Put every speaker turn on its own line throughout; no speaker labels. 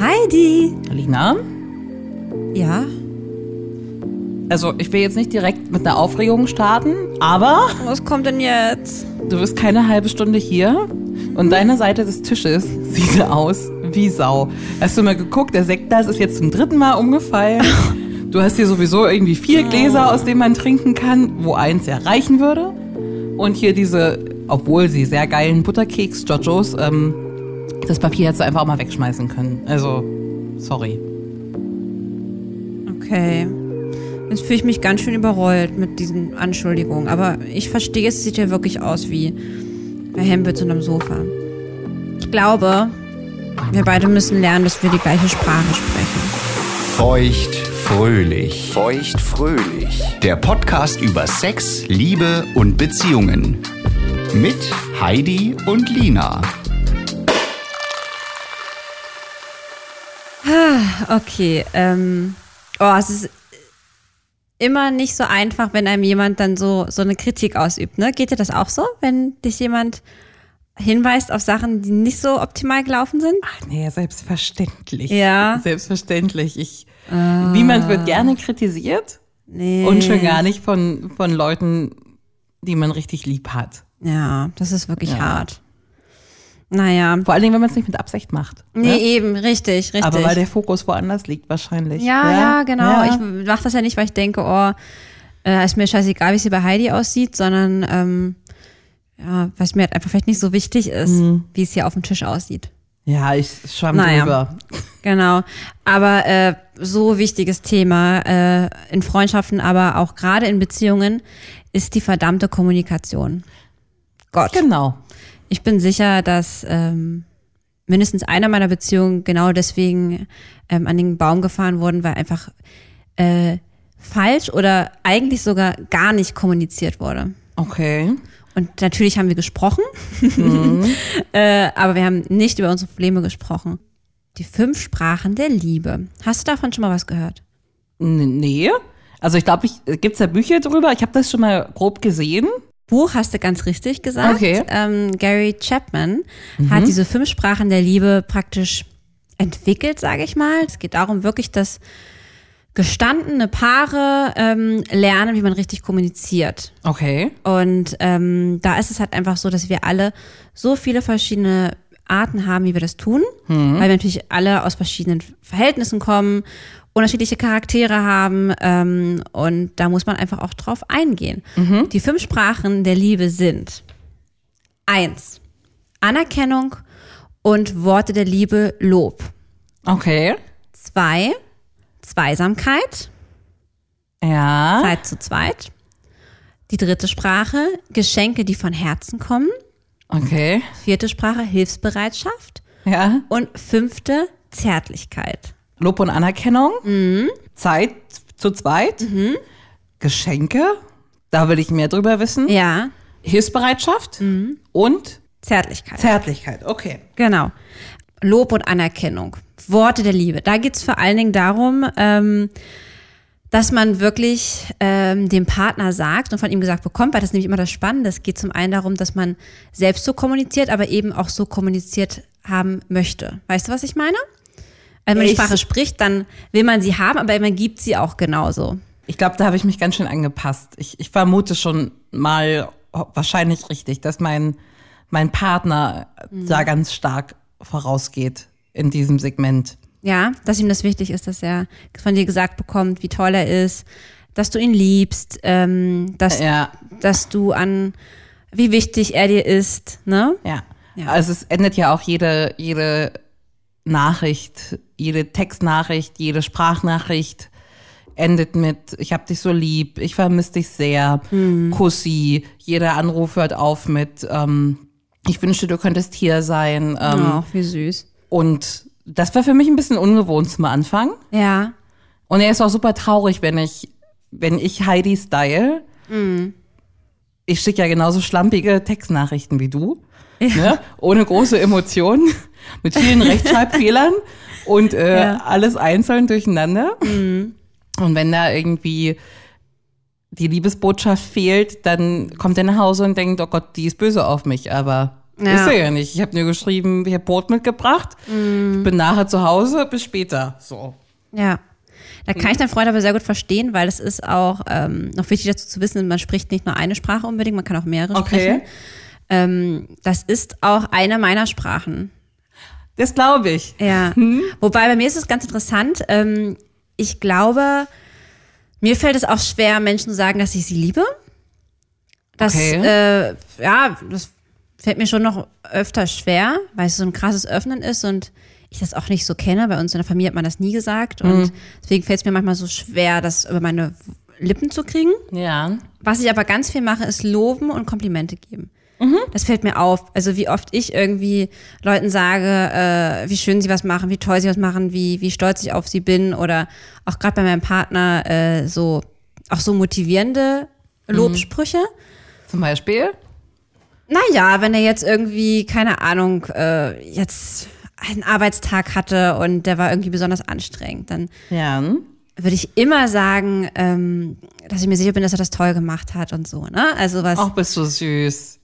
Heidi!
Lina?
Ja?
Also, ich will jetzt nicht direkt mit einer Aufregung starten, aber
Was kommt denn jetzt?
du bist keine halbe Stunde hier und deine Seite des Tisches sieht aus wie Sau. Hast du mal geguckt, der Sektglas ist jetzt zum dritten Mal umgefallen. Du hast hier sowieso irgendwie vier Gläser, aus denen man trinken kann, wo eins ja reichen würde. Und hier diese, obwohl sie sehr geilen Butterkeks, Giorgios, ähm, das Papier hättest du einfach auch mal wegschmeißen können. Also, sorry.
Okay. Jetzt fühle ich mich ganz schön überrollt mit diesen Anschuldigungen. Aber ich verstehe, es sieht ja wirklich aus wie bei Hempels unterm Sofa. Ich glaube, wir beide müssen lernen, dass wir die gleiche Sprache sprechen.
Feucht fröhlich.
Feucht fröhlich.
Der Podcast über Sex, Liebe und Beziehungen. Mit Heidi und Lina.
Okay, ähm. Oh, es ist immer nicht so einfach, wenn einem jemand dann so, so eine Kritik ausübt, ne? Geht dir das auch so, wenn dich jemand hinweist auf Sachen, die nicht so optimal gelaufen sind?
Ach nee, selbstverständlich.
Ja. Ah.
Selbstverständlich. Ich, Niemand wird gerne kritisiert
Nee.
und schon gar nicht von, von Leuten, die man richtig lieb hat.
Ja, das ist wirklich hart. Naja.
Vor allen Dingen, wenn man es nicht mit Absicht macht.
Nee,
ne?
eben, richtig, richtig.
Aber weil der Fokus woanders liegt wahrscheinlich.
ja, ja, genau.
ja.
Ich mache das ja nicht, weil ich denke, oh, äh, ist mir scheißegal, wie es hier bei Heidi aussieht, sondern ähm, ja, weil es mir halt einfach vielleicht nicht so wichtig ist,
Mhm.
wie es hier auf dem Tisch aussieht.
ja, ich schwamm
Naja.
drüber.
Genau. Aber äh, so wichtiges Thema äh, in Freundschaften, aber auch gerade in Beziehungen, ist die verdammte Kommunikation. Gott.
Genau.
Ich bin sicher, dass ähm, mindestens einer meiner Beziehungen genau deswegen ähm, an den Baum gefahren wurden, weil einfach äh, falsch oder eigentlich sogar gar nicht kommuniziert wurde.
Okay.
Und natürlich haben wir gesprochen, äh, aber wir haben nicht über unsere Probleme gesprochen. Die fünf Sprachen der Liebe. Hast du davon schon mal was gehört?
N- Nee. Also ich glaube, ich, gibt es da Bücher drüber? Ich habe das schon mal grob gesehen.
Buch hast du ganz richtig gesagt.
Okay.
Ähm, Gary Chapman hat diese fünf Sprachen der Liebe praktisch entwickelt, sage ich mal. Es geht darum wirklich, dass gestandene Paare ähm, lernen, wie man richtig kommuniziert.
Okay.
Und ähm, da ist es halt einfach so, dass wir alle so viele verschiedene Arten haben, wie wir das tun, weil wir natürlich alle aus verschiedenen Verhältnissen kommen, unterschiedliche Charaktere haben ähm, und da muss man einfach auch drauf eingehen. Die fünf Sprachen der Liebe sind eins Anerkennung und Worte der Liebe, Lob.
Okay.
zwei Zweisamkeit.
Ja.
Zeit zu zweit. Die dritte Sprache, Geschenke, die von Herzen kommen.
Okay.
Vierte Sprache, Hilfsbereitschaft.
Ja.
Und fünfte, Zärtlichkeit.
Lob und Anerkennung, Zeit zu zweit, Geschenke, da will ich mehr drüber wissen,
Ja,
Hilfsbereitschaft und
Zärtlichkeit.
Zärtlichkeit. Okay.
genau. Lob und Anerkennung. Worte der Liebe. Da geht's vor allen Dingen darum, ähm, dass man wirklich ähm, dem Partner sagt und von ihm gesagt bekommt, weil das ist nämlich immer das Spannende. Es geht zum einen darum, dass man selbst so kommuniziert, aber eben auch so kommuniziert haben möchte. Weißt du, was ich meine? Also Wenn man die
Ich-
Sprache spricht, dann will man sie haben, aber man gibt sie auch genauso.
Ich glaube, da habe ich mich ganz schön angepasst. Ich, ich vermute schon mal ho- wahrscheinlich richtig, dass mein, mein Partner da ganz stark vorausgeht in diesem Segment.
Ja, dass ihm das wichtig ist, dass er von dir gesagt bekommt, wie toll er ist, dass du ihn liebst, ähm, dass,
Ja.
dass du an, wie wichtig er dir ist, ne?
Ja.
Ja.
Also es endet ja auch jede, jede Nachricht, jede Textnachricht, jede Sprachnachricht endet mit, ich hab dich so lieb, ich vermisse dich sehr, Kussi, jeder Anruf hört auf mit, ähm, ich wünschte, du könntest hier sein. Ähm,
Ach, wie süß.
Und das war für mich ein bisschen ungewohnt zum Anfang.
Ja,
Und er ist auch super traurig, wenn ich, wenn ich Heidi style.
Mm.
Ich schicke ja genauso schlampige Textnachrichten wie du. Ne? Ohne große Emotionen, mit vielen Rechtschreibfehlern und äh,
Ja. Mm.
alles einzeln durcheinander. Und wenn da irgendwie die Liebesbotschaft fehlt, dann kommt er nach Hause und denkt, oh Gott, die ist böse auf mich. Aber
Ja.
Ist er ja nicht. Ich habe nur geschrieben, ich habe Brot mitgebracht,
Mm.
ich bin nachher zu Hause, bis später. So.
Ja. Da kann ich deinen Freund aber sehr gut verstehen, weil es ist auch ähm, noch wichtig dazu zu wissen, man spricht nicht nur eine Sprache unbedingt, man kann auch mehrere
Okay.
sprechen. Ähm, das ist auch eine meiner Sprachen.
Das glaube ich.
Ja. Hm? Wobei bei mir ist es ganz interessant. Ähm, ich glaube, mir fällt es auch schwer, Menschen zu sagen, dass ich sie liebe. Das,
Okay.
äh, ja, das fällt mir schon noch öfter schwer, weil es so ein krasses Öffnen ist und ich das auch nicht so kenne. Bei uns in der Familie hat man das nie gesagt und deswegen fällt es mir manchmal so schwer, das über meine Lippen zu kriegen.
Ja.
Was ich aber ganz viel mache, ist loben und Komplimente geben. Das fällt mir auf. Also wie oft ich irgendwie Leuten sage, äh, wie schön sie was machen, wie toll sie was machen, wie, wie stolz ich auf sie bin oder auch gerade bei meinem Partner äh, so auch so motivierende Lobsprüche.
Zum Beispiel?
Naja, wenn er jetzt irgendwie, keine Ahnung, äh, jetzt einen Arbeitstag hatte und der war irgendwie besonders anstrengend, dann
Ja.
würde ich immer sagen, ähm, dass ich mir sicher bin, dass er das toll gemacht hat und so. Ne? Also was.
Ach, bist du süß.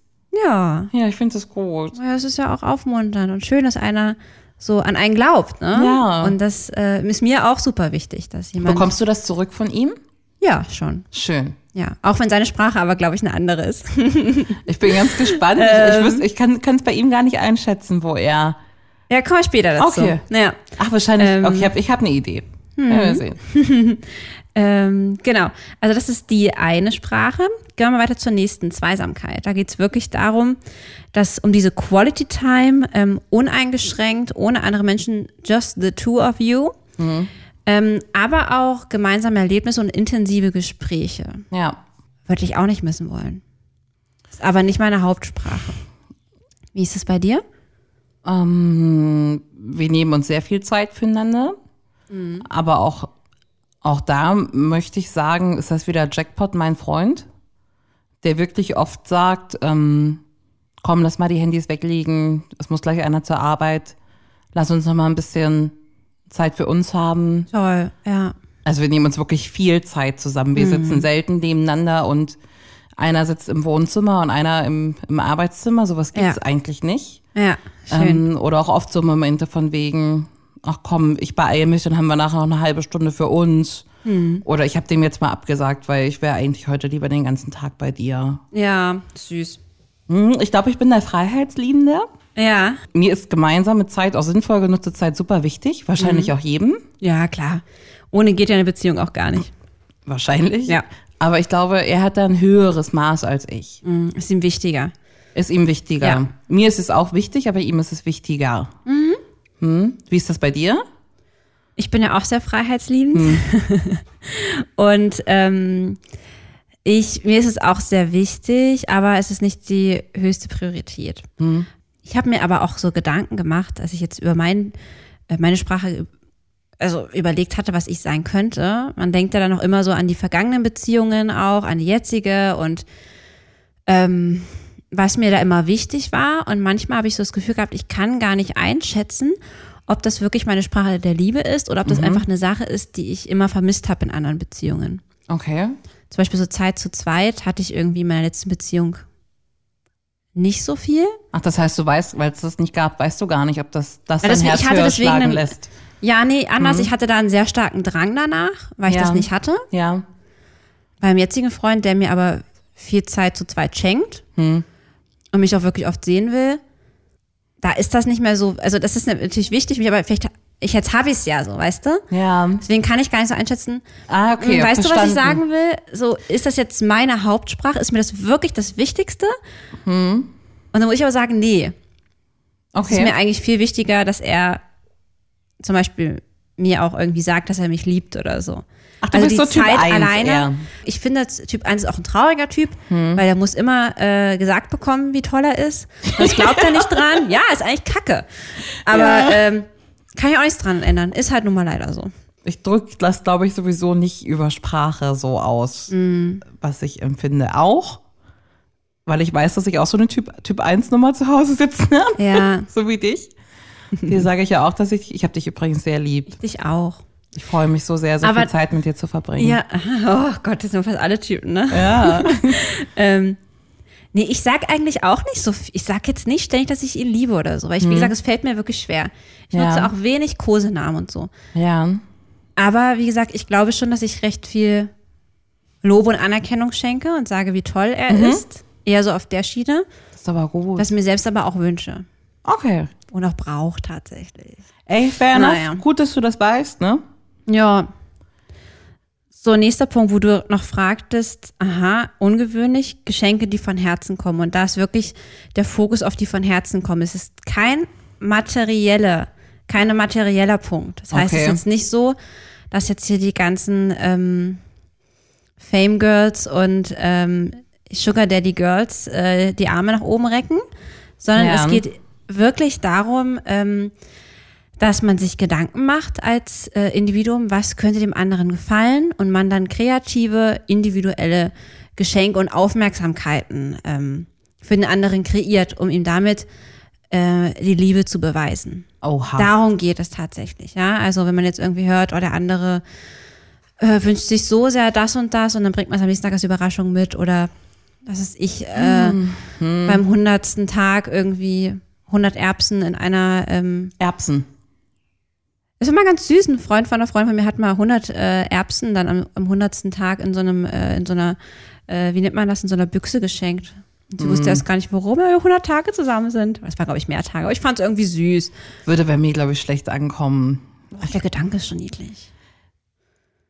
Ja.
Ja, ich finde das gut.
Ja, es ist ja auch aufmunternd und schön, dass einer so an einen glaubt, ne?
Ja.
Und das äh, ist mir auch super wichtig, dass jemand.
Bekommst du das zurück von ihm?
Ja, schon.
Schön.
Ja. Auch wenn seine Sprache aber, glaube ich, eine andere ist.
Ich bin ganz gespannt. Ich, ich, wüsste, ich kann es bei ihm gar nicht einschätzen, wo er.
ja, kommen wir später dazu.
Okay.
Ja.
Ach, wahrscheinlich.
Ähm.
okay, ich habe ich hab eine Idee. Werden wir sehen.
Ähm, genau. Also, das ist die eine Sprache. Gehen wir mal weiter zur nächsten, Zweisamkeit. Da geht's wirklich darum, dass um diese Quality Time ähm, uneingeschränkt, ohne andere Menschen, just the two of you.
Mhm.
Ähm, aber auch gemeinsame Erlebnisse und intensive Gespräche.
Ja.
Würde ich auch nicht missen wollen. Ist aber nicht meine Hauptsprache. Wie ist es bei dir?
Ähm, wir nehmen uns sehr viel Zeit füreinander. Aber auch, auch da möchte ich sagen, ist das wieder Jackpot, mein Freund, der wirklich oft sagt, ähm, komm, lass mal die Handys weglegen, es muss gleich einer zur Arbeit, lass uns noch mal ein bisschen Zeit für uns haben.
Toll, ja.
Also wir nehmen uns wirklich viel Zeit zusammen. Wir sitzen selten nebeneinander und einer sitzt im Wohnzimmer und einer im, im Arbeitszimmer. Sowas gibt's
Ja.
eigentlich nicht.
Ja, schön.
Ähm, oder auch oft so Momente von wegen, ach komm, ich beeile mich, dann haben wir nachher noch eine halbe Stunde für uns.
Hm.
Oder ich habe dem jetzt mal abgesagt, weil ich wäre eigentlich heute lieber den ganzen Tag bei dir.
Ähm. Ja, süß.
Hm, ich glaube, ich bin der Freiheitsliebende.
Ja.
Mir ist gemeinsame Zeit, auch sinnvoll genutzte Zeit, super wichtig. Wahrscheinlich
Mhm.
auch jedem.
Ja, klar. Ohne geht ja eine Beziehung auch gar nicht.
Wahrscheinlich.
Ja.
Aber ich glaube, er hat da ein höheres Maß als ich.
Mhm, Ist ihm wichtiger.
Ist ihm wichtiger.
Ja. Mhm.
Mir ist es auch wichtig, aber ihm ist es wichtiger. Hm, Wie ist das bei dir?
Ich bin ja auch sehr freiheitsliebend. Und ähm, ich, mir ist es auch sehr wichtig, aber es ist nicht die höchste Priorität. Ich habe mir aber auch so Gedanken gemacht, als ich jetzt über mein, äh, meine Sprache also überlegt hatte, was ich sein könnte. Man denkt ja dann auch immer so an die vergangenen Beziehungen auch, an die jetzige und ähm, was mir da immer wichtig war. Und manchmal habe ich so das Gefühl gehabt, ich kann gar nicht einschätzen, ob das wirklich meine Sprache der Liebe ist oder ob das einfach eine Sache ist, die ich immer vermisst habe in anderen Beziehungen.
Okay.
Zum Beispiel so Zeit zu zweit hatte ich irgendwie in meiner letzten Beziehung nicht so viel.
Ach, das heißt, du weißt, weil es das nicht gab, weißt du gar nicht, ob das das
Ja,
dein
deswegen-
Herz
ich hatte
höher
deswegen
schlagen
einen-
lässt.
Ja, nee, anders. Ich hatte da einen sehr starken Drang danach, weil ich
Ja.
das nicht hatte.
Ja,
Beim jetzigen Freund, der mir aber viel Zeit zu zweit schenkt
Hm.
und mich auch wirklich oft sehen will, da ist das nicht mehr so, also das ist natürlich wichtig, mich aber vielleicht, ich jetzt habe ich es ja so, weißt du?
ja.
Deswegen kann ich gar nicht so einschätzen.
Ah, okay.
Hm, weißt du, was ich sagen
verstanden.
will? So, ist das jetzt meine Hauptsprache? Ist mir das wirklich das Wichtigste?
Hm.
Und dann muss ich aber sagen, nee. Es ist mir
Okay.
eigentlich viel wichtiger, dass er zum Beispiel mir auch irgendwie sagt, dass er mich liebt oder so. Also
Ach, du bist so Typ 1 eher. Hm.
Ich finde, das Typ 1 ist auch ein trauriger Typ, weil der muss immer äh, gesagt bekommen, wie toll er ist. Sonst glaubt er nicht dran. Ja, ist eigentlich kacke. Aber ähm, kann ich auch nichts dran ändern. Ist halt nun mal leider so.
Ich drück das, glaube ich, sowieso nicht über Sprache so aus,
Hm.
was ich empfinde. Auch, weil ich weiß, dass ich auch so eine Typ, typ 1-Nummer zu Hause sitzen habe.
Ja.
so wie dich. Dir sage ich ja auch, dass ich, ich habe dich übrigens sehr lieb.
Ich auch.
Ich freue mich so sehr, so
Aber-
viel Zeit mit dir zu verbringen.
Ja, oh Gott, das sind fast alle Typen, ne?
ja.
Ähm, Nee, ich sag eigentlich auch nicht so viel. Ich sag jetzt nicht ständig, dass ich ihn liebe oder so, weil ich, wie gesagt, es fällt mir wirklich schwer. Ich
Ja.
nutze auch wenig Kosenamen und so.
Ja.
Aber wie gesagt, ich glaube schon, dass ich recht viel Lob und Anerkennung schenke und sage, wie toll er ist. Eher so auf der Schiene,
Das ist aber gut.
was ich mir selbst aber auch wünsche.
okay.
Und auch braucht tatsächlich.
Ey, fair enough.
Naja.
Gut, dass du das weißt, ne?
Ja. So, nächster Punkt, wo du noch fragtest, aha, ungewöhnlich, Geschenke, die von Herzen kommen. Und da ist wirklich der Fokus auf die von Herzen kommen. Es ist kein materieller, keine materieller Punkt. Das heißt, es
Okay.
ist jetzt nicht so, dass jetzt hier die ganzen ähm, Fame Girls und ähm, Sugar Daddy Girls äh, die Arme nach oben recken, sondern
Ja.
es geht wirklich darum, ähm, dass man sich Gedanken macht als äh, Individuum, was könnte dem anderen gefallen und man dann kreative, individuelle Geschenke und Aufmerksamkeiten ähm, für den anderen kreiert, um ihm damit äh, die Liebe zu beweisen.
Oha.
Darum geht es tatsächlich, ja. Also wenn man jetzt irgendwie hört, oh, der andere äh, wünscht sich so sehr das und das und dann bringt man es am nächsten Tag als Überraschung mit oder das ist ich äh, beim hundertsten Tag irgendwie 100 Erbsen in einer ähm,
Erbsen.
es war mal ganz süß. Ein Freund von einer Freundin von mir hat mal 100 äh, Erbsen dann am, am 100. Tag in so einem, äh, in so einer, äh, wie nennt man das, in so einer Büchse geschenkt. Und sie wusste erst gar nicht, warum wir 100 Tage zusammen sind. Das war, glaube ich, mehr Tage. Aber ich fand es irgendwie süß.
Würde bei mir, glaube ich, schlecht ankommen.
Ach, der Gedanke ist schon niedlich.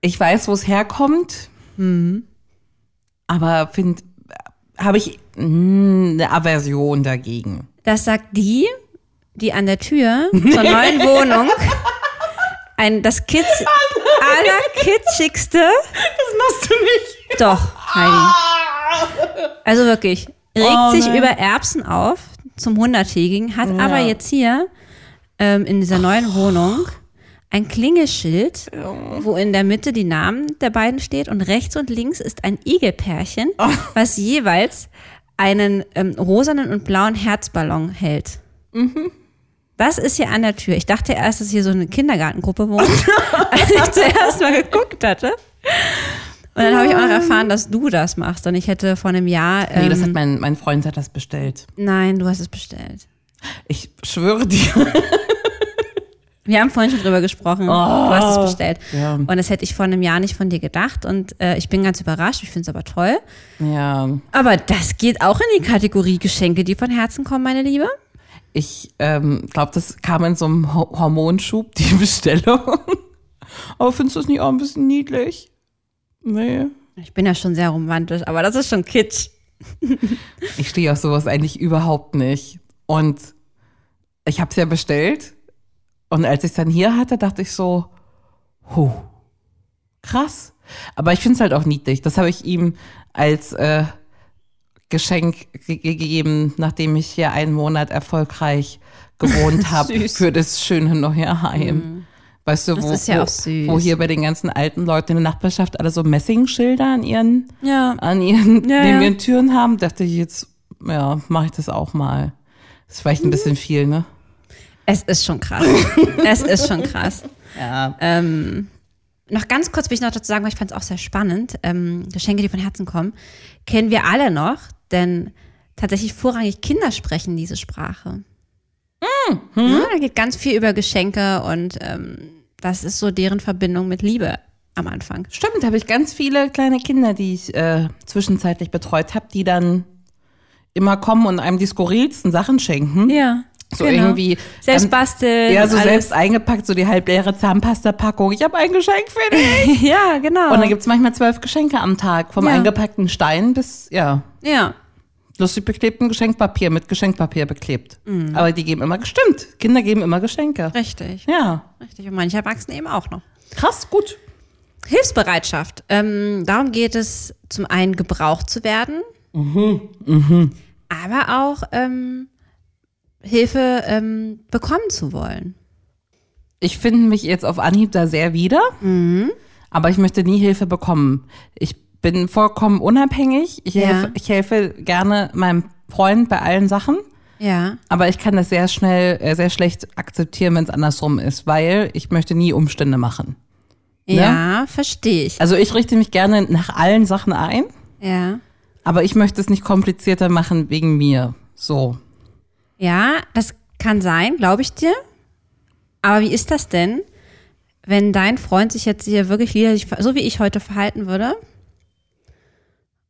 Ich weiß, wo es herkommt. Mhm. Aber finde, habe ich mm, eine Aversion dagegen.
Das sagt die, die an der Tür zur neuen Wohnung ein, das Kitsch, allerkitschigste.
Das machst du nicht.
Doch, Heidi. Also wirklich, regt
Oh,
sich
nein.
über Erbsen auf zum 100-Tägigen, hat aber jetzt hier ähm, in dieser
Oh.
neuen Wohnung ein Klingelschild, wo in der Mitte die Namen der beiden steht und rechts und links ist ein Igelpärchen,
Oh.
was jeweils einen ähm, rosanen und blauen Herzballon hält. Das ist hier an der Tür. Ich dachte erst, dass hier so eine Kindergartengruppe wohnt, als ich zuerst mal geguckt hatte. Und dann habe ich auch noch erfahren, dass du das machst. Und ich hätte vor einem Jahr. Ähm,
Nee, das hat mein, mein Freund hat das bestellt.
nein, du hast es bestellt.
Ich schwöre dir.
Wir haben vorhin schon drüber gesprochen. Du hast es bestellt.
Oh, Ja.
Und das hätte ich vor einem Jahr nicht von dir gedacht. Und äh, ich bin ganz überrascht. Ich finde es aber toll.
Ja.
Aber das geht auch in die Kategorie Geschenke, die von Herzen kommen, meine Liebe.
Ich ähm, glaube, das kam in so einem Ho Hormonschub, die Bestellung. Aber findest du es nicht auch ein bisschen niedlich? Nee.
Ich bin ja schon sehr romantisch, aber das ist schon kitsch.
Ich stehe auf sowas eigentlich überhaupt nicht. Und ich habe es ja bestellt. Und als ich es dann hier hatte, dachte ich so, huh, krass. Aber ich finde es halt auch niedlich. Das habe ich ihm als äh, Geschenk ge gegeben, nachdem ich hier einen Monat erfolgreich gewohnt habe
Süß. Mhm.
für das schöne neue Heim. Weißt du,
Das
wo,
ist ja
wo,
auch süß.
wo hier bei den ganzen alten Leuten in der Nachbarschaft alle so Messingschilder an ihren
Ja.
an ihren,
Ja,
neben
ja.
ihren Türen haben, dachte ich jetzt, ja, mache ich das auch mal. Das ist
Mhm.
vielleicht ein bisschen viel, ne?
Es ist schon krass. es ist schon krass.
Ja.
Ähm, noch ganz kurz will ich noch dazu sagen, weil ich fand es auch sehr spannend. Ähm, Geschenke, die von Herzen kommen, kennen wir alle noch, denn tatsächlich vorrangig Kinder sprechen diese Sprache. Ja, da geht ganz viel über Geschenke und ähm, das ist so deren Verbindung mit Liebe am Anfang.
Stimmt, habe ich ganz viele kleine Kinder, die ich äh, zwischenzeitlich betreut habe, die dann immer kommen und einem die skurrilsten Sachen schenken.
Ja. genau.
So irgendwie
Selbst
dann-
basteln.
Ja, so
alles.
selbst eingepackt, so die halbleere Zahnpasta-Packung. Ich habe ein Geschenk für dich.
Ja, genau.
Und dann gibt's manchmal zwölf Geschenke am Tag. Vom
Ja.
eingepackten Stein bis, ja,
ja.
lustig beklebtem Geschenkpapier mit Geschenkpapier beklebt. Aber die geben immer gestimmt. Kinder geben immer Geschenke.
Richtig.
Ja,
Richtig. Und manche Erwachsene eben auch noch.
krass, gut.
Hilfsbereitschaft. Ähm, darum geht es zum einen, gebraucht zu werden, aber auch ähm, Hilfe ähm, bekommen zu wollen.
Ich finde mich jetzt auf Anhieb da sehr wieder, Mhm. aber ich möchte nie Hilfe bekommen. Ich bin vollkommen unabhängig. Ich,
Ja.
helfe, ich helfe gerne meinem Freund bei allen Sachen,
Ja,
aber ich kann das sehr schnell, äh, sehr schlecht akzeptieren, wenn es andersrum ist, weil ich möchte nie Umstände machen.
ja, verstehe ich.
Also ich richte mich gerne nach allen Sachen ein,
Ja,
Aber ich möchte es nicht komplizierter machen wegen mir. So.
Ja, das kann sein, glaube ich dir. Aber wie ist das denn, wenn dein Freund sich jetzt hier wirklich widerlich, ver- so wie ich heute verhalten würde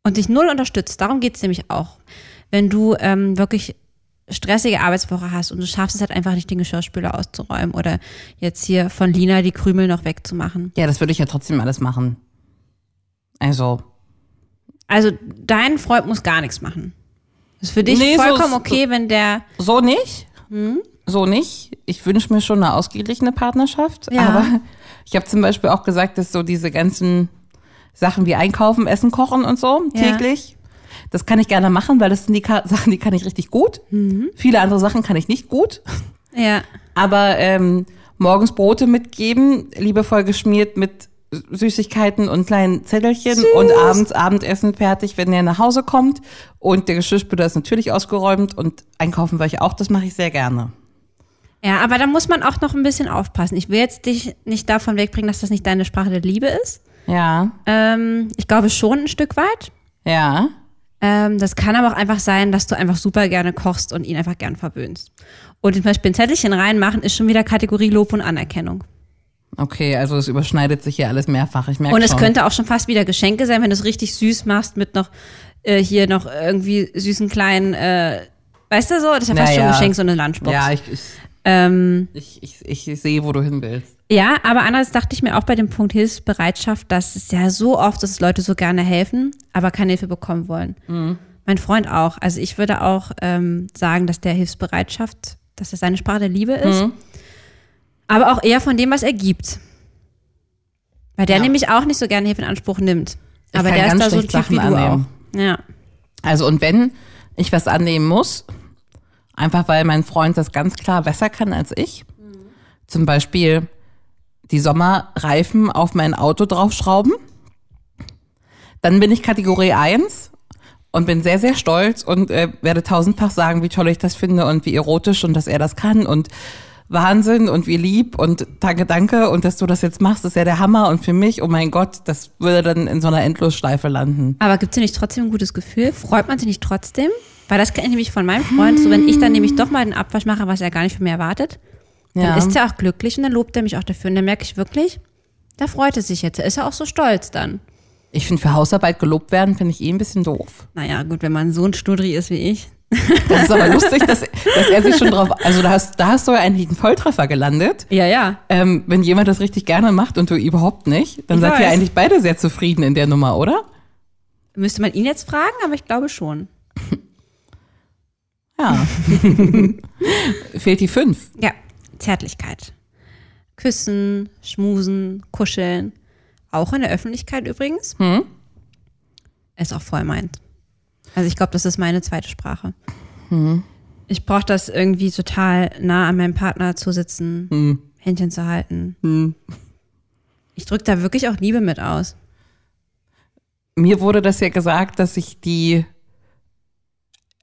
und dich null unterstützt? Darum geht's nämlich auch. Wenn du ähm, wirklich stressige Arbeitswoche hast und du schaffst es halt einfach nicht, den Geschirrspüler auszuräumen oder jetzt hier von Lina die Krümel noch wegzumachen.
Ja, das würde ich ja trotzdem alles machen. Also.
Also dein Freund muss gar nichts machen. Ist für dich
Nee, so-
vollkommen
so-
okay, wenn der
So nicht.
Hm?
So nicht. Ich wünsche mir schon eine ausgeglichene Partnerschaft.
Ja.
Aber ich habe zum Beispiel auch gesagt, dass so diese ganzen Sachen wie Einkaufen, Essen, Kochen und so
Ja.
täglich, das kann ich gerne machen, weil das sind die Ka Sachen, die kann ich richtig gut.
Mhm.
Viele andere Sachen kann ich nicht gut.
ja
Aber ähm, morgens Brote mitgeben, liebevoll geschmiert mit Süßigkeiten und kleinen Zettelchen und abends Abendessen fertig, wenn der nach Hause kommt. Und der Geschirrspüler ist natürlich ausgeräumt und einkaufen war ich auch, das mache ich sehr gerne.
Ja, aber da muss man auch noch ein bisschen aufpassen. Ich will jetzt dich nicht davon wegbringen, dass das nicht deine Sprache der Liebe ist.
Ja,
Ähm, ich glaube schon ein Stück weit.
ja.
Ähm, das kann aber auch einfach sein, dass du einfach super gerne kochst und ihn einfach gern verwöhnst. Und zum Beispiel ein Zettelchen reinmachen ist schon wieder Kategorie Lob und Anerkennung.
Okay, also es überschneidet sich hier alles mehrfach. Ich merke
Und es
schon.
könnte auch schon fast wieder Geschenke sein, wenn du es richtig süß machst mit noch äh, hier noch irgendwie süßen kleinen, äh, weißt du so, das ist ja fast schon
Naja.
ein Geschenk, so eine Lunchbox.
Ja, ich, ich,
Ähm,
ich, ich, ich sehe, wo du hin willst.
Ja, aber andererseits dachte ich mir auch bei dem Punkt Hilfsbereitschaft, dass es ja so oft ist, dass Leute so gerne helfen, aber keine Hilfe bekommen wollen.
Mhm.
Mein Freund auch. Also ich würde auch ähm, sagen, dass der Hilfsbereitschaft, dass das seine Sprache der Liebe ist,
Mhm.
aber auch eher von dem, was er gibt. Weil der
Ja.
nämlich auch nicht so gerne Hilfe in Anspruch nimmt.
Ich
aber
kann
der ist
ganz
da so
schlecht
tief wie du
Sachen annehmen.
auch. Ja.
Also und wenn ich was annehmen muss, einfach weil mein Freund das ganz klar besser kann als ich, zum Beispiel die Sommerreifen auf mein Auto draufschrauben, dann bin ich Kategorie 1 und bin sehr, sehr stolz und äh, werde tausendfach sagen, wie toll ich das finde und wie erotisch und dass er das kann und Wahnsinn und wie lieb und danke, danke und dass du das jetzt machst, ist ja der Hammer und für mich, oh mein Gott, das würde dann in so einer Endlosschleife landen.
Aber gibt's dir nicht trotzdem ein gutes Gefühl? Freut man sich nicht trotzdem? Weil das kenne ich nämlich von meinem Freund, so wenn ich dann nämlich doch mal den Abwasch mache, was er gar nicht von mir erwartet. Dann ist er auch glücklich und dann lobt er mich auch dafür. Und dann merke ich wirklich, da freut er sich jetzt. Da ist er auch so stolz dann.
Ich finde, für Hausarbeit gelobt werden, finde ich eh ein bisschen doof.
Naja, gut, wenn man so ein Schnudri ist wie ich.
Das ist aber lustig, dass, dass er sich schon drauf. Also, da hast, da hast du ja eigentlich einen Volltreffer gelandet.
Ja, ja.
Ähm, wenn jemand das richtig gerne macht und du überhaupt nicht, dann
Ich
seid ihr
weiß.
eigentlich beide sehr zufrieden in der Nummer, oder?
Müsste man ihn jetzt fragen, aber ich glaube schon.
Ja. Fehlt die fünf.
Ja, Zärtlichkeit. Küssen, schmusen, kuscheln. Auch in der Öffentlichkeit übrigens.
Hm?
Ist auch voll meins. Also ich glaube, das ist meine zweite Sprache. Ich brauche das irgendwie total nah an meinem Partner zu sitzen, Händchen zu halten. Ich drücke da wirklich auch Liebe mit aus.
Mir wurde das ja gesagt, dass ich die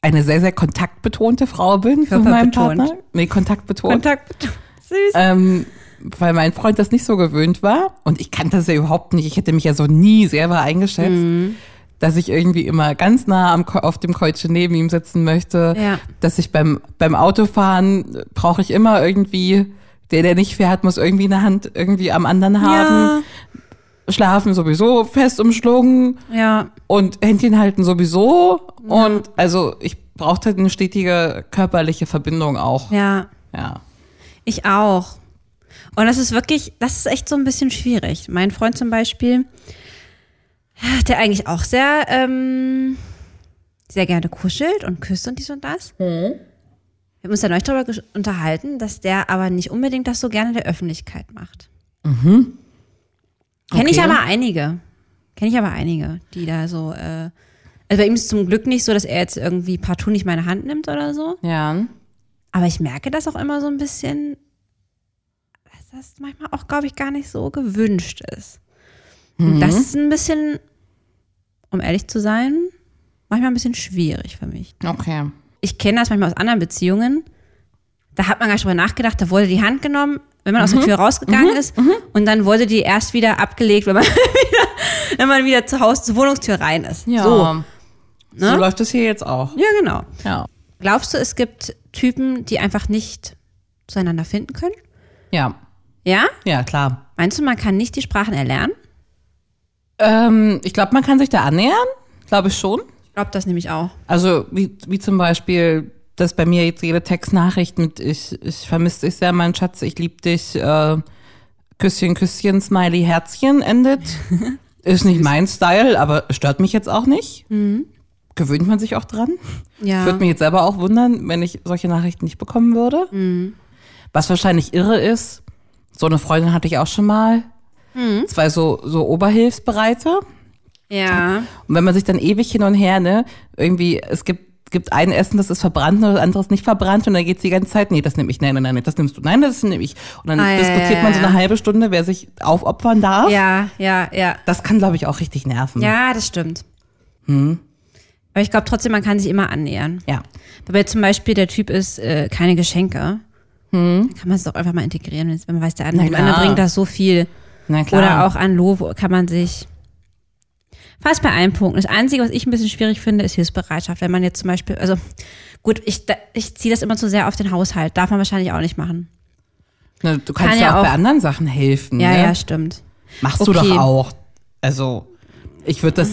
eine sehr, sehr kontaktbetonte Frau bin von meinem
Körperbetont.
Partner. Nee, kontaktbetont.
Kontakt. Süß.
Ähm, weil mein Freund das nicht so gewöhnt war und ich kannte das ja überhaupt nicht. Ich hätte mich ja so nie selber eingeschätzt, dass ich irgendwie immer ganz nah am, Ko- auf dem Keutchen neben ihm sitzen möchte.
Ja.
Dass ich beim, beim Autofahren äh, brauche ich immer irgendwie, der, der nicht fährt, muss irgendwie eine Hand irgendwie am anderen haben. Schlafen sowieso fest umschlungen
Ja, ja.
und Händchen halten sowieso. Und also ich brauchte eine stetige körperliche Verbindung auch.
ja.
ja.
Ich auch. Und das ist wirklich, das ist echt so ein bisschen schwierig. Mein Freund zum Beispiel, der eigentlich auch sehr, ähm, sehr gerne kuschelt und küsst und dies und das. Wir haben uns dann neulich darüber gesch- unterhalten, dass der aber nicht unbedingt das so gerne der Öffentlichkeit macht. Kenne ich
Okay.
aber einige. Kenne ich aber einige, die da so, äh, also bei ihm ist es zum Glück nicht so, dass er jetzt irgendwie partout nicht meine Hand nimmt oder so.
Ja.
Aber ich merke das auch immer so ein bisschen, dass das manchmal auch, glaube ich, gar nicht so gewünscht ist. Und
Mhm.
das ist ein bisschen, um ehrlich zu sein, manchmal ein bisschen schwierig für mich.
Okay.
Ich kenne das manchmal aus anderen Beziehungen. Da hat man gar nicht drüber nachgedacht, da wurde die Hand genommen, wenn man aus
Mhm.
der Tür rausgegangen ist und dann wurde die erst wieder abgelegt, wenn man wieder, wenn man wieder zu Hause zur Wohnungstür rein ist.
Ja.
So. Ne?
So läuft es hier jetzt auch.
ja, genau.
Ja.
Glaubst du, es gibt Typen, die einfach nicht zueinander finden können?
Ja,
Ja?
ja klar.
Meinst du, man kann nicht die Sprachen erlernen?
Ähm, ich glaube, man kann sich da annähern. Glaube ich schon.
Ich glaube das nämlich auch.
Also wie, wie zum Beispiel, dass bei mir jetzt jede Textnachricht mit ich, ich vermisse dich sehr, mein Schatz, ich lieb dich, äh, Küsschen, Küsschen, Smiley, Herzchen endet. Ist nicht mein Style, aber stört mich jetzt auch nicht. Gewöhnt man sich auch dran.
Ja.
Würde mich jetzt selber auch wundern, wenn ich solche Nachrichten nicht bekommen würde.
Mhm.
Was wahrscheinlich irre ist, so eine Freundin hatte ich auch schon mal.
Mhm.
Zwei so, so Oberhilfsbereite.
ja.
Und wenn man sich dann ewig hin und her, ne, irgendwie, es gibt, gibt ein Essen, das ist verbrannt und das andere ist nicht verbrannt und dann geht's die ganze Zeit, nee, das nehme ich, nein, nein, nein, das nimmst du, nein, das nehme ich. Und dann
Ah, ja,
diskutiert
ja,
man so
ja.
eine halbe Stunde, wer sich aufopfern darf.
Ja, ja, ja.
Das kann, glaube ich, auch richtig nerven.
Ja, das stimmt.
Hm.
Aber ich glaube trotzdem, man kann sich immer annähern.
Ja.
Weil zum Beispiel der Typ ist äh, keine Geschenke. Dann kann man es doch einfach mal integrieren, wenn man weiß, der andere,
Hm. Na
dem anderen
klar.
bringt das so viel.
Na klar.
Oder auch an Lovo kann man sich fast bei allen Punkten. Das Einzige, was ich ein bisschen schwierig finde, ist Hilfsbereitschaft. Wenn man jetzt zum Beispiel, also gut, ich, da- ich ziehe das immer zu sehr auf den Haushalt. Darf man wahrscheinlich auch nicht machen.
Ne, du kannst
kann
ja
ja
auch, bei
auch-
anderen Sachen helfen.
Ja,
ne?
ja, stimmt.
Machst du
Okay.
doch auch. Also, ich würde das,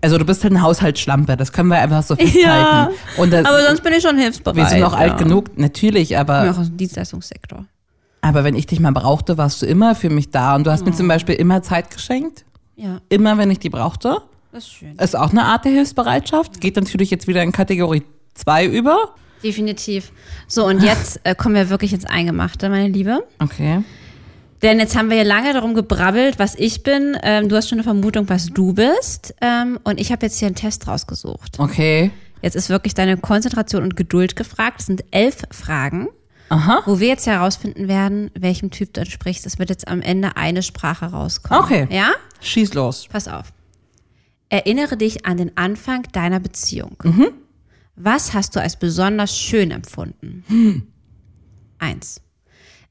also du bist halt ein Haushaltsschlampe, das können wir einfach so festhalten.
Ja,
und das,
Aber sonst bin ich schon hilfsbereit.
wir sind auch alt
ja.
genug, natürlich,
Ich
aber
bin auch aus dem Dienstleistungssektor.
Aber wenn ich dich mal brauchte, warst du immer für mich da. Und du hast
Oh.
mir zum Beispiel immer Zeit geschenkt.
Ja,
Immer, wenn ich die brauchte.
das ist schön.
Ist auch eine Art der Hilfsbereitschaft. Geht natürlich jetzt wieder in Kategorie 2 über.
Definitiv. So, und jetzt äh, kommen wir wirklich ins Eingemachte, meine Liebe.
Okay.
Denn jetzt haben wir ja lange darum gebrabbelt, was ich bin. Ähm, du hast schon eine Vermutung, was du bist. Ähm, und ich habe jetzt hier einen Test rausgesucht.
Okay.
Jetzt ist wirklich deine Konzentration und Geduld gefragt. Es sind elf Fragen, wo wir jetzt herausfinden werden, welchem Typ du entsprichst. Es wird jetzt am Ende eine Sprache rauskommen.
Okay.
Ja?
Schieß los.
Pass auf. Erinnere dich an den Anfang deiner Beziehung. Was hast du als besonders schön empfunden? Eins.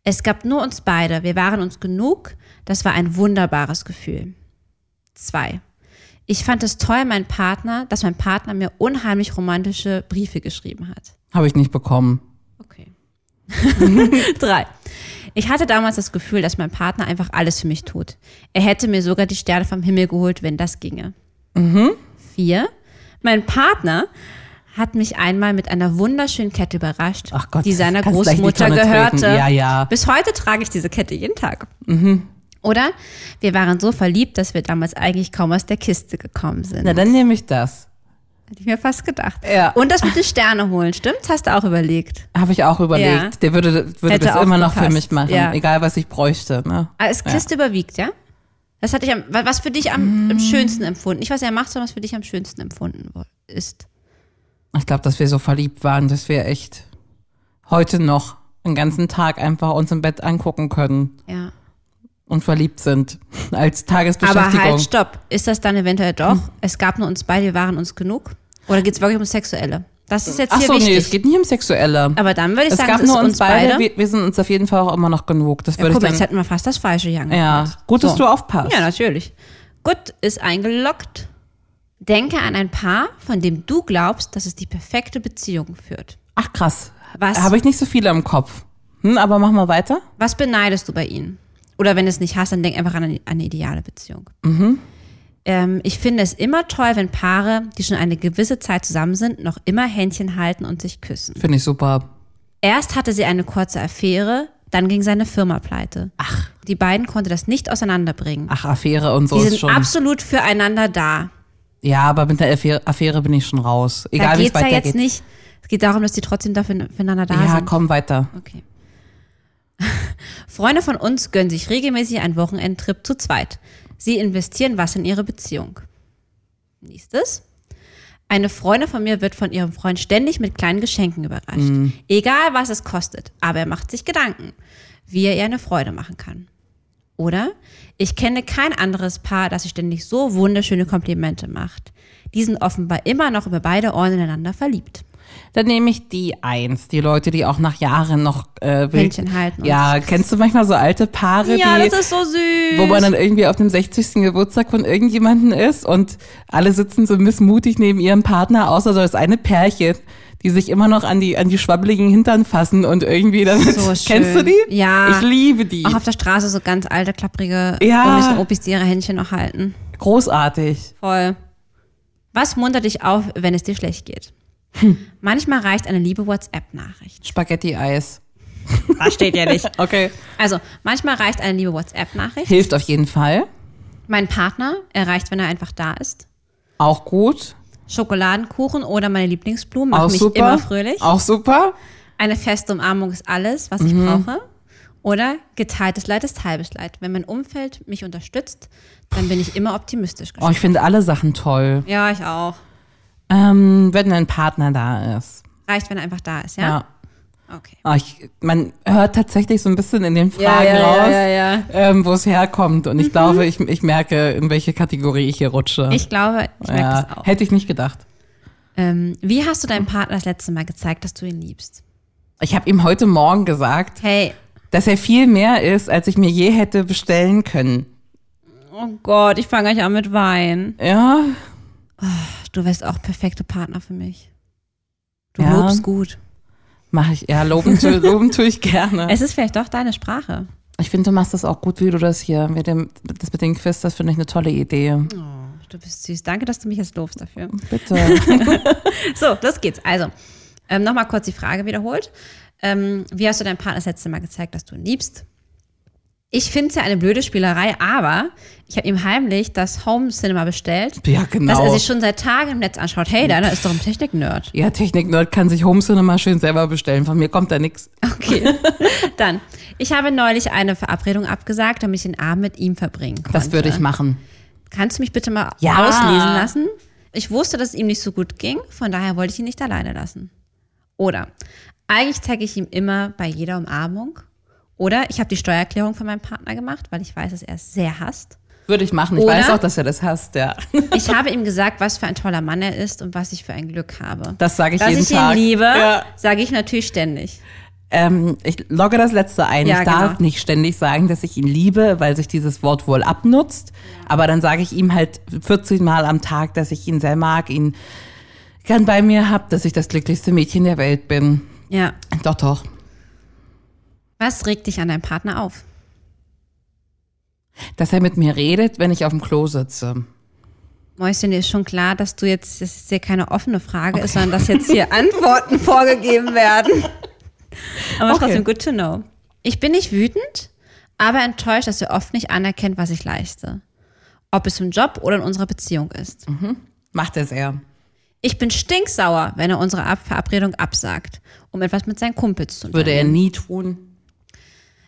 Es gab nur uns beide. Wir waren uns genug. Das war ein wunderbares Gefühl. Zwei. Ich fand es toll, mein Partner, dass mein Partner mir unheimlich romantische Briefe geschrieben hat.
Habe ich nicht bekommen.
Okay. Drei. Ich hatte damals das Gefühl, dass mein Partner einfach alles für mich tut. Er hätte mir sogar die Sterne vom Himmel geholt, wenn das ginge.
Mhm.
Vier. Mein Partner hat mich einmal mit einer wunderschönen Kette überrascht,
Ach Gott,
die seiner
kannst gleich in die
Großmutter
Tonne treten.
gehörte.
Ja, ja. Mhm.
Bis heute trage ich diese Kette jeden Tag. Oder wir waren so verliebt, dass wir damals eigentlich kaum aus der Kiste gekommen sind.
Na, dann nehme ich das.
Hätte ich mir fast gedacht.
Ja.
Und das mit den Sterne holen, stimmt's? Hast du auch überlegt.
Habe ich auch überlegt.
Ja.
Der würde, würde
Hätte
das
auch
immer noch
gepasst.
für mich machen.
Ja.
Egal, was ich bräuchte. Ne?
Als
ja.
Kiste Ah, überwiegt, ja? Das hatte ich am, was für dich am,
Hm.
am schönsten empfunden. Nicht, was er macht, sondern was für dich am schönsten empfunden wo- ist.
Ich glaube, dass wir so verliebt waren, dass wir echt heute noch den ganzen Tag einfach uns im Bett angucken können
Ja.
und verliebt sind. Als
Aber
Tagesbeschäftigung.
halt, stopp. Ist das dann eventuell doch?
Hm.
Es gab nur uns beide, wir waren uns genug? Oder geht's wirklich um Sexuelle? Das ist jetzt
Ach
hier
so,
wichtig.
nee, es geht nicht um Sexuelle.
Aber dann würde ich
es
sagen,
gab
es ist
nur uns
uns beide.
beide. Wir, wir sind uns auf jeden Fall auch immer noch genug. Das
ja,
würde
guck mal,
ich
jetzt
dann.
hätten wir fast das Falsche hier
Ja,
angefragt.
gut, dass
So.
du aufpasst.
Ja, natürlich. Gut ist eingeloggt. Denke an ein Paar, von dem du glaubst, dass es die perfekte Beziehung führt.
Ach krass.
Was?
Habe ich nicht so viele im Kopf. Hm, aber mach mal weiter.
Was beneidest du bei ihnen? Oder wenn du es nicht hast, dann denk einfach an eine, an eine ideale Beziehung.
Mhm.
Ähm, ich finde es immer toll, wenn Paare, die schon eine gewisse Zeit zusammen sind, noch immer Händchen halten und sich küssen.
Finde ich super.
Erst hatte sie eine kurze Affäre, dann ging seine Firma pleite. Ach. Die beiden konnte das nicht auseinanderbringen.
Ach, Affäre und so
die
ist
sind
schon.
absolut füreinander da.
Ja, aber mit der Affäre, Affäre bin ich schon raus. Egal
da
wie
geht's
es weitergeht.
ja jetzt nicht. Es geht darum, dass die trotzdem dafür füreinander da
ja,
sind.
komm weiter.
Okay. Freunde von uns gönnen sich regelmäßig einen Wochenendtrip zu zweit. Sie investieren was in ihre Beziehung. Nächstes. Eine Freundin von mir wird von ihrem Freund ständig mit kleinen Geschenken überrascht. Egal, was es kostet, aber er macht sich Gedanken, wie er ihr eine Freude machen kann. Oder? Ich kenne kein anderes Paar, das sich ständig so wunderschöne Komplimente macht. Die sind offenbar immer noch über beide Ohren ineinander verliebt.
Dann nehme ich die eins, die Leute, die auch nach Jahren noch äh, will-
Händchen halten und-
Ja, kennst du manchmal so alte Paare,
Ja,
die
das ist so süß.
wo man dann irgendwie auf dem 60. Geburtstag von irgendjemanden ist und alle sitzen so missmutig neben ihrem Partner, außer so das eine Pärchen, die sich immer noch an die, an die schwabbeligen Hintern fassen und irgendwie damit.
So
Kennst du
schön.
die?
Ja.
Ich liebe die.
auch auf der Straße so ganz alte, klapprige
Ja.
Omis und Opis, die ihre Händchen noch halten.
Großartig.
Voll. Was muntert dich auf, wenn es dir schlecht geht?
Hm.
Manchmal reicht eine liebe WhatsApp-Nachricht.
Spaghetti-Eis.
Das steht ja nicht.
Okay.
Also, manchmal reicht eine liebe WhatsApp-Nachricht.
Hilft auf jeden Fall.
Mein Partner erreicht, wenn er einfach da ist.
Auch gut.
Schokoladenkuchen oder meine Lieblingsblumen
auch
machen mich
super.
immer fröhlich.
Auch super.
Eine feste Umarmung ist alles, was
Mhm.
ich brauche. Oder geteiltes Leid ist halbes Leid. Wenn mein Umfeld mich unterstützt, dann bin ich immer optimistisch.
Oh, ich finde alle Sachen toll.
Ja, ich auch.
Ähm, wenn ein Partner da ist.
Reicht, wenn er einfach da ist,
Ja.
ja? Okay.
Ah, ich, man hört tatsächlich so ein bisschen in den
ja,
Fragen
ja,
raus,
ja, ja.
Ähm, wo es herkommt. Und ich glaube, ich, ich merke, in welche Kategorie ich hier rutsche.
Ich glaube, ich merke
ja,
das auch.
Hätte ich nicht gedacht.
Ähm, wie hast du deinem Partner das letzte Mal gezeigt, dass du ihn liebst?
Ich habe ihm heute Morgen gesagt,
Hey,
dass er viel mehr ist, als ich mir je hätte bestellen können.
oh Gott, ich fange gleich an mit Weinen.
Ja,
Du wärst auch perfekte Partner für mich. Du
Ja.
lobst gut.
mache ich. Ja, loben, tu- loben tue ich gerne.
Es ist vielleicht doch deine Sprache.
Ich finde, du machst das auch gut, wie du das hier mit dem, das mit dem Quiz, das finde ich eine tolle Idee.
Oh, du bist süß. Danke, dass du mich jetzt lobst dafür.
Bitte.
So, los geht's. Also, ähm, nochmal kurz die Frage wiederholt. Ähm, wie hast du deinem Partner das letzte Mal gezeigt, dass du ihn liebst? Ich finde es ja eine blöde Spielerei, aber ich habe ihm heimlich das Home Cinema bestellt,
ja,
dass er
genau.
sich schon seit Tagen im Netz anschaut. Hey, deiner ist doch ein Technik-Nerd.
Ja, Technik-Nerd kann sich Home Cinema schön selber bestellen. Von mir kommt da nichts.
Okay. Dann, ich habe neulich eine Verabredung abgesagt, damit ich den Abend mit ihm verbringen konnte.
Das würde ich machen.
Kannst du mich bitte mal
Ja.
auslesen lassen? Ich wusste, dass es ihm nicht so gut ging, von daher wollte ich ihn nicht alleine lassen. Oder eigentlich zeige ich ihm immer bei jeder Umarmung. Oder ich habe die Steuererklärung von meinem Partner gemacht, weil ich weiß, dass er es sehr hasst.
Würde ich machen. Ich
Oder?
weiß auch, dass er das hasst, ja.
Ich habe ihm gesagt, was für ein toller Mann er ist und was ich für ein Glück habe.
Das sage ich
dass
jeden
ich
Tag.
ihn liebe,
Ja.
sage ich natürlich ständig.
Ähm, ich logge das letzte ein.
Ja,
ich darf
genau.
nicht ständig sagen, dass ich ihn liebe, weil sich dieses Wort wohl abnutzt. Aber dann sage ich ihm halt 14 Mal am Tag, dass ich ihn sehr mag, ihn gern bei mir hab, dass ich das glücklichste Mädchen der Welt bin.
Ja.
Doch, doch.
Was regt dich an deinem Partner auf?
Dass er mit mir redet, wenn ich auf dem Klo sitze.
Mäuschen, dir ist schon klar, dass du jetzt, das ist hier keine offene Frage ist, sondern dass jetzt hier Antworten vorgegeben werden. Aber
Okay.
trotzdem good to know. Ich bin nicht wütend, aber enttäuscht, dass ihr oft nicht anerkennt, was ich leiste. Ob es im Job oder in unserer Beziehung ist.
Mhm. Macht er sehr.
Ich bin stinksauer, wenn er unsere Ab Verabredung absagt, um etwas mit seinen Kumpels zu
Würde
tun.
er nie tun.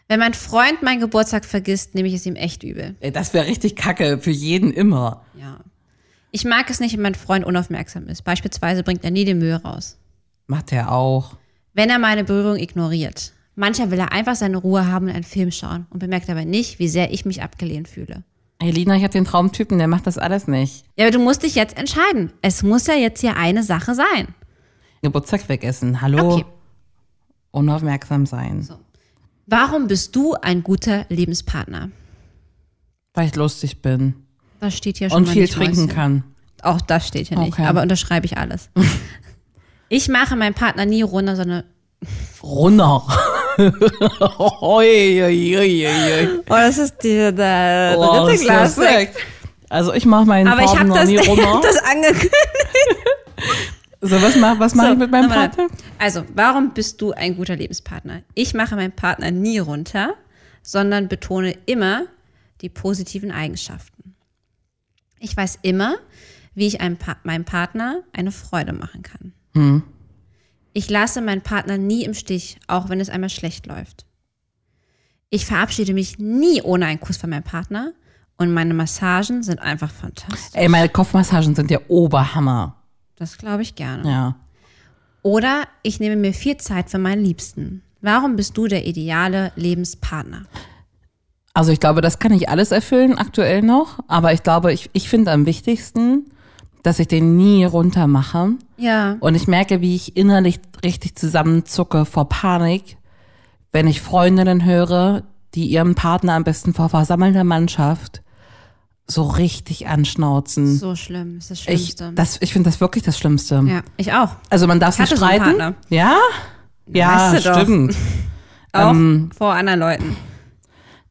Wenn mein Freund meinen Geburtstag vergisst, nehme ich es ihm echt übel.
Ey, Das wäre richtig kacke für jeden immer.
Ja. Ich mag es nicht, wenn mein Freund unaufmerksam ist. Beispielsweise bringt er nie die Mühe raus.
Macht er auch.
wenn er meine Berührung ignoriert. Mancher will er einfach seine Ruhe haben und einen Film schauen und bemerkt dabei nicht, wie sehr ich mich abgelehnt fühle.
Elina, ich habe den Traumtypen, der macht das alles nicht.
Ja, aber du musst dich jetzt entscheiden. Es muss ja jetzt hier eine Sache sein.
Geburtstag wegessen. Hallo.
Okay.
Unaufmerksam sein.
Warum bist du ein guter Lebenspartner?
Weil ich lustig bin.
Das steht hier schon
und
mal
viel
nicht,
trinken
Mäuschen.
kann.
Auch das steht hier nicht,
Okay.
aber unterschreibe ich alles. ich mache meinen Partner nie runter, sondern
Runner. Oi, oi, oi, oi.
Oh, das ist die, der
Wow, ist Oh, das weg. also ich mache meinen
Aber ich habe
Partner
das,
nie
ich
runter.
hab das angekündigt.
so, was mache was mach ich mit meinem
nochmal.
Partner?
Also, warum bist du ein guter Lebenspartner? Ich mache meinen Partner nie runter, sondern betone immer die positiven Eigenschaften. Ich weiß immer, wie ich einem pa meinem Partner eine Freude machen kann.
Hm.
Ich lasse meinen Partner nie im Stich, auch wenn es einmal schlecht läuft. Ich verabschiede mich nie ohne einen Kuss von meinem Partner und meine Massagen sind einfach fantastisch.
Ey, meine Kopfmassagen sind der Oberhammer.
Das glaube ich gerne.
Ja.
Oder ich nehme mir viel Zeit für meinen Liebsten. Warum bist du der ideale Lebenspartner?
Also ich glaube, das kann ich alles erfüllen aktuell noch. Aber ich glaube, ich, ich finde am wichtigsten, dass ich den nie runter mache.
Ja.
Und ich merke, wie ich innerlich richtig zusammenzucke vor Panik, wenn ich Freundinnen höre, die ihren Partner am besten vor versammelter Mannschaft so richtig anschnauzen.
So schlimm, ist das
Ähm, ich
Schlimmste.
das, ich finde das wirklich das Schlimmste.
ja, ich auch.
Also man darf
Ich
nicht
hatte so einen
streiten.
Partner.
ja? Ja,
Weißt du doch.
stimmt.
Auch
Ähm,
vor anderen Leuten.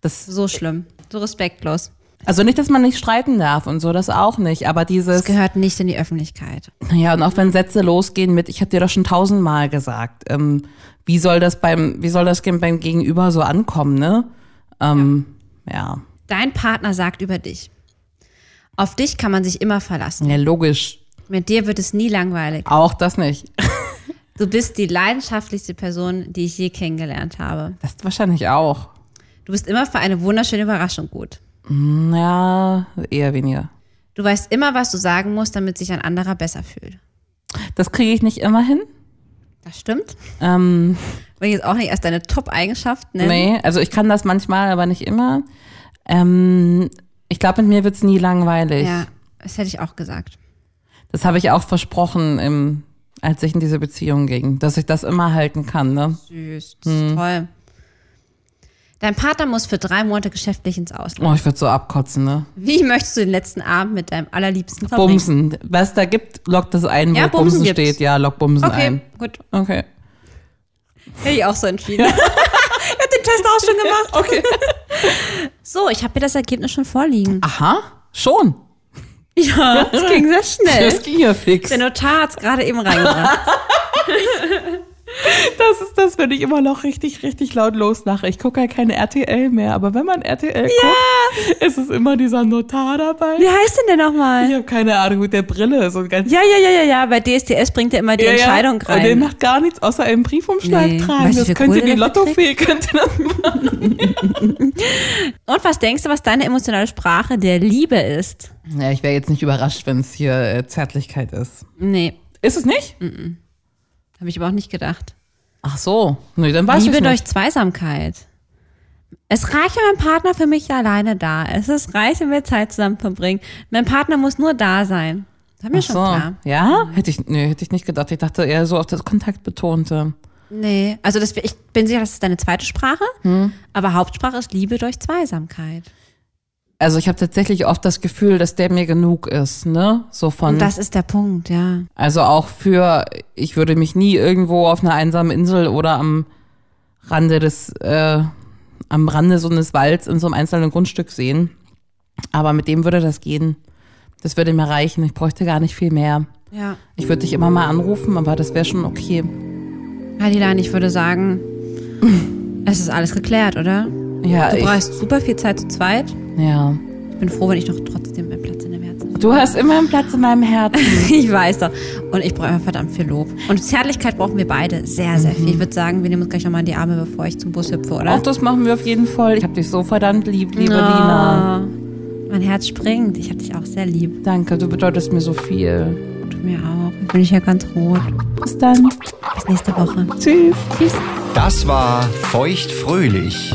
Das,
So schlimm. So respektlos.
also nicht, dass man nicht streiten darf und so, das auch nicht. Aber dieses,
Das gehört nicht in die Öffentlichkeit.
Ja, und auch wenn Sätze losgehen mit, ich habe dir doch schon tausendmal gesagt, ähm, wie soll das beim, wie soll das gen- beim Gegenüber so ankommen, ne? Ähm, ja.
Dein Partner sagt über dich. Auf dich kann man sich immer verlassen.
ja. logisch.
Mit dir wird es nie langweilig.
Auch das nicht.
Du bist die leidenschaftlichste Person, die ich je kennengelernt habe.
Das wahrscheinlich auch.
Du bist immer für eine wunderschöne Überraschung gut.
Ja, eher weniger.
Du weißt immer, was du sagen musst, damit sich ein anderer besser fühlt.
Das kriege ich nicht immer hin.
Das stimmt.
Ähm,
Will ich jetzt auch nicht erst deine Top-Eigenschaft nennen.
nee, also ich kann das manchmal, aber nicht immer. Ähm, ich glaube, mit mir wird's nie langweilig.
Ja, das hätte ich auch gesagt.
Das habe ich auch versprochen, im, als ich in diese Beziehung ging, dass ich das immer halten kann, ne?
Süß, das ist toll. Dein Partner muss für drei Monate geschäftlich ins Ausland.
Oh, ich würde so abkotzen, ne?
Wie möchtest du den letzten Abend mit deinem allerliebsten verbringen?
Bumsen. Was da gibt, lockt das ein, wo
Ja,
Bumsen,
Bumsen gibt's.
steht. Ja, lock Bumsen
Okay,
ein.
gut.
Okay.
Hätte ich auch so entschieden. ich hab den Test auch schon gemacht. Okay. So, ich habe mir das Ergebnis schon vorliegen.
Ah. Aha, schon.
Ja, das ging sehr schnell. Genau.
Das ging ja fix.
Der Notar hat's gerade eben reingebracht.
Das ist das, wenn ich immer noch richtig, richtig laut loslache. Ich gucke ja keine RTL mehr, aber wenn man RTL guckt, ist es immer dieser Notar dabei.
Wie heißt denn der nochmal?
Ich habe keine Ahnung, mit der Brille. So ein ganz
Ja, ja, ja, ja, ja. Bei DSDS bringt er immer die
Ja, ja.
Entscheidung
Und der
rein.
macht gar nichts, außer einen Briefumschlag
Nee.
tragen.
Weißt du, wie
das
viel
könnte
Kohle
die
der dafür
Lottofee, könnte das
Und was denkst du, was deine emotionale Sprache der Liebe ist?
Ja, ich wäre jetzt nicht überrascht, wenn es hier äh, Zärtlichkeit ist.
Nee,
Ist es nicht?
Mm. habe ich aber auch nicht gedacht.
Ach so. Nee, dann weiß
Liebe
ich
durch
nicht.
Zweisamkeit. Es reicht, wenn mein Partner für mich alleine da ist. Es reicht, wenn wir Zeit zusammen verbringen. Mein Partner muss nur da sein. Das war mir
Ach
schon
so.
klar. Mhm.
Ja? Hätte ich, nee, hätte ich nicht gedacht. Ich dachte eher so auf das Kontaktbetonte.
Nee, also das, ich bin sicher, das ist deine zweite Sprache, aber Hauptsprache ist Liebe durch Zweisamkeit.
Also ich habe tatsächlich oft das Gefühl, dass der mir genug ist, ne? So von.
Und das ist der Punkt, ja.
also auch für, ich würde mich nie irgendwo auf einer einsamen Insel oder am Rande des, äh, am Rande so eines Walds in so einem einzelnen Grundstück sehen. Aber mit dem würde das gehen. Das würde mir reichen. Ich bräuchte gar nicht viel mehr.
Ja.
Ich würde dich immer mal anrufen, aber das wäre schon okay.
Heidilein, ich würde sagen, es ist alles geklärt, oder?
Ja,
Du
ich,
brauchst super viel Zeit zu zweit.
ja.
Ich bin froh, wenn ich noch trotzdem meinen Platz in dem Herzen habe.
Du hast immer einen Platz in meinem Herzen.
Ich weiß doch. Und ich brauche einfach verdammt viel Lob. Und Zärtlichkeit brauchen wir beide sehr, sehr viel. Ich würde sagen, wir nehmen uns gleich nochmal in die Arme, bevor ich zum Bus hüpfe, oder?
Auch das machen wir auf jeden Fall. Ich hab dich so verdammt lieb, liebe Lina.
Ah, Mein Herz springt. Ich habe dich auch sehr lieb.
Danke, du bedeutest mir so viel.
Du mir auch. Jetzt bin ich ja ganz rot.
Bis dann.
Bis nächste Woche.
Tschüss.
Tschüss.
Das war Feucht fröhlich.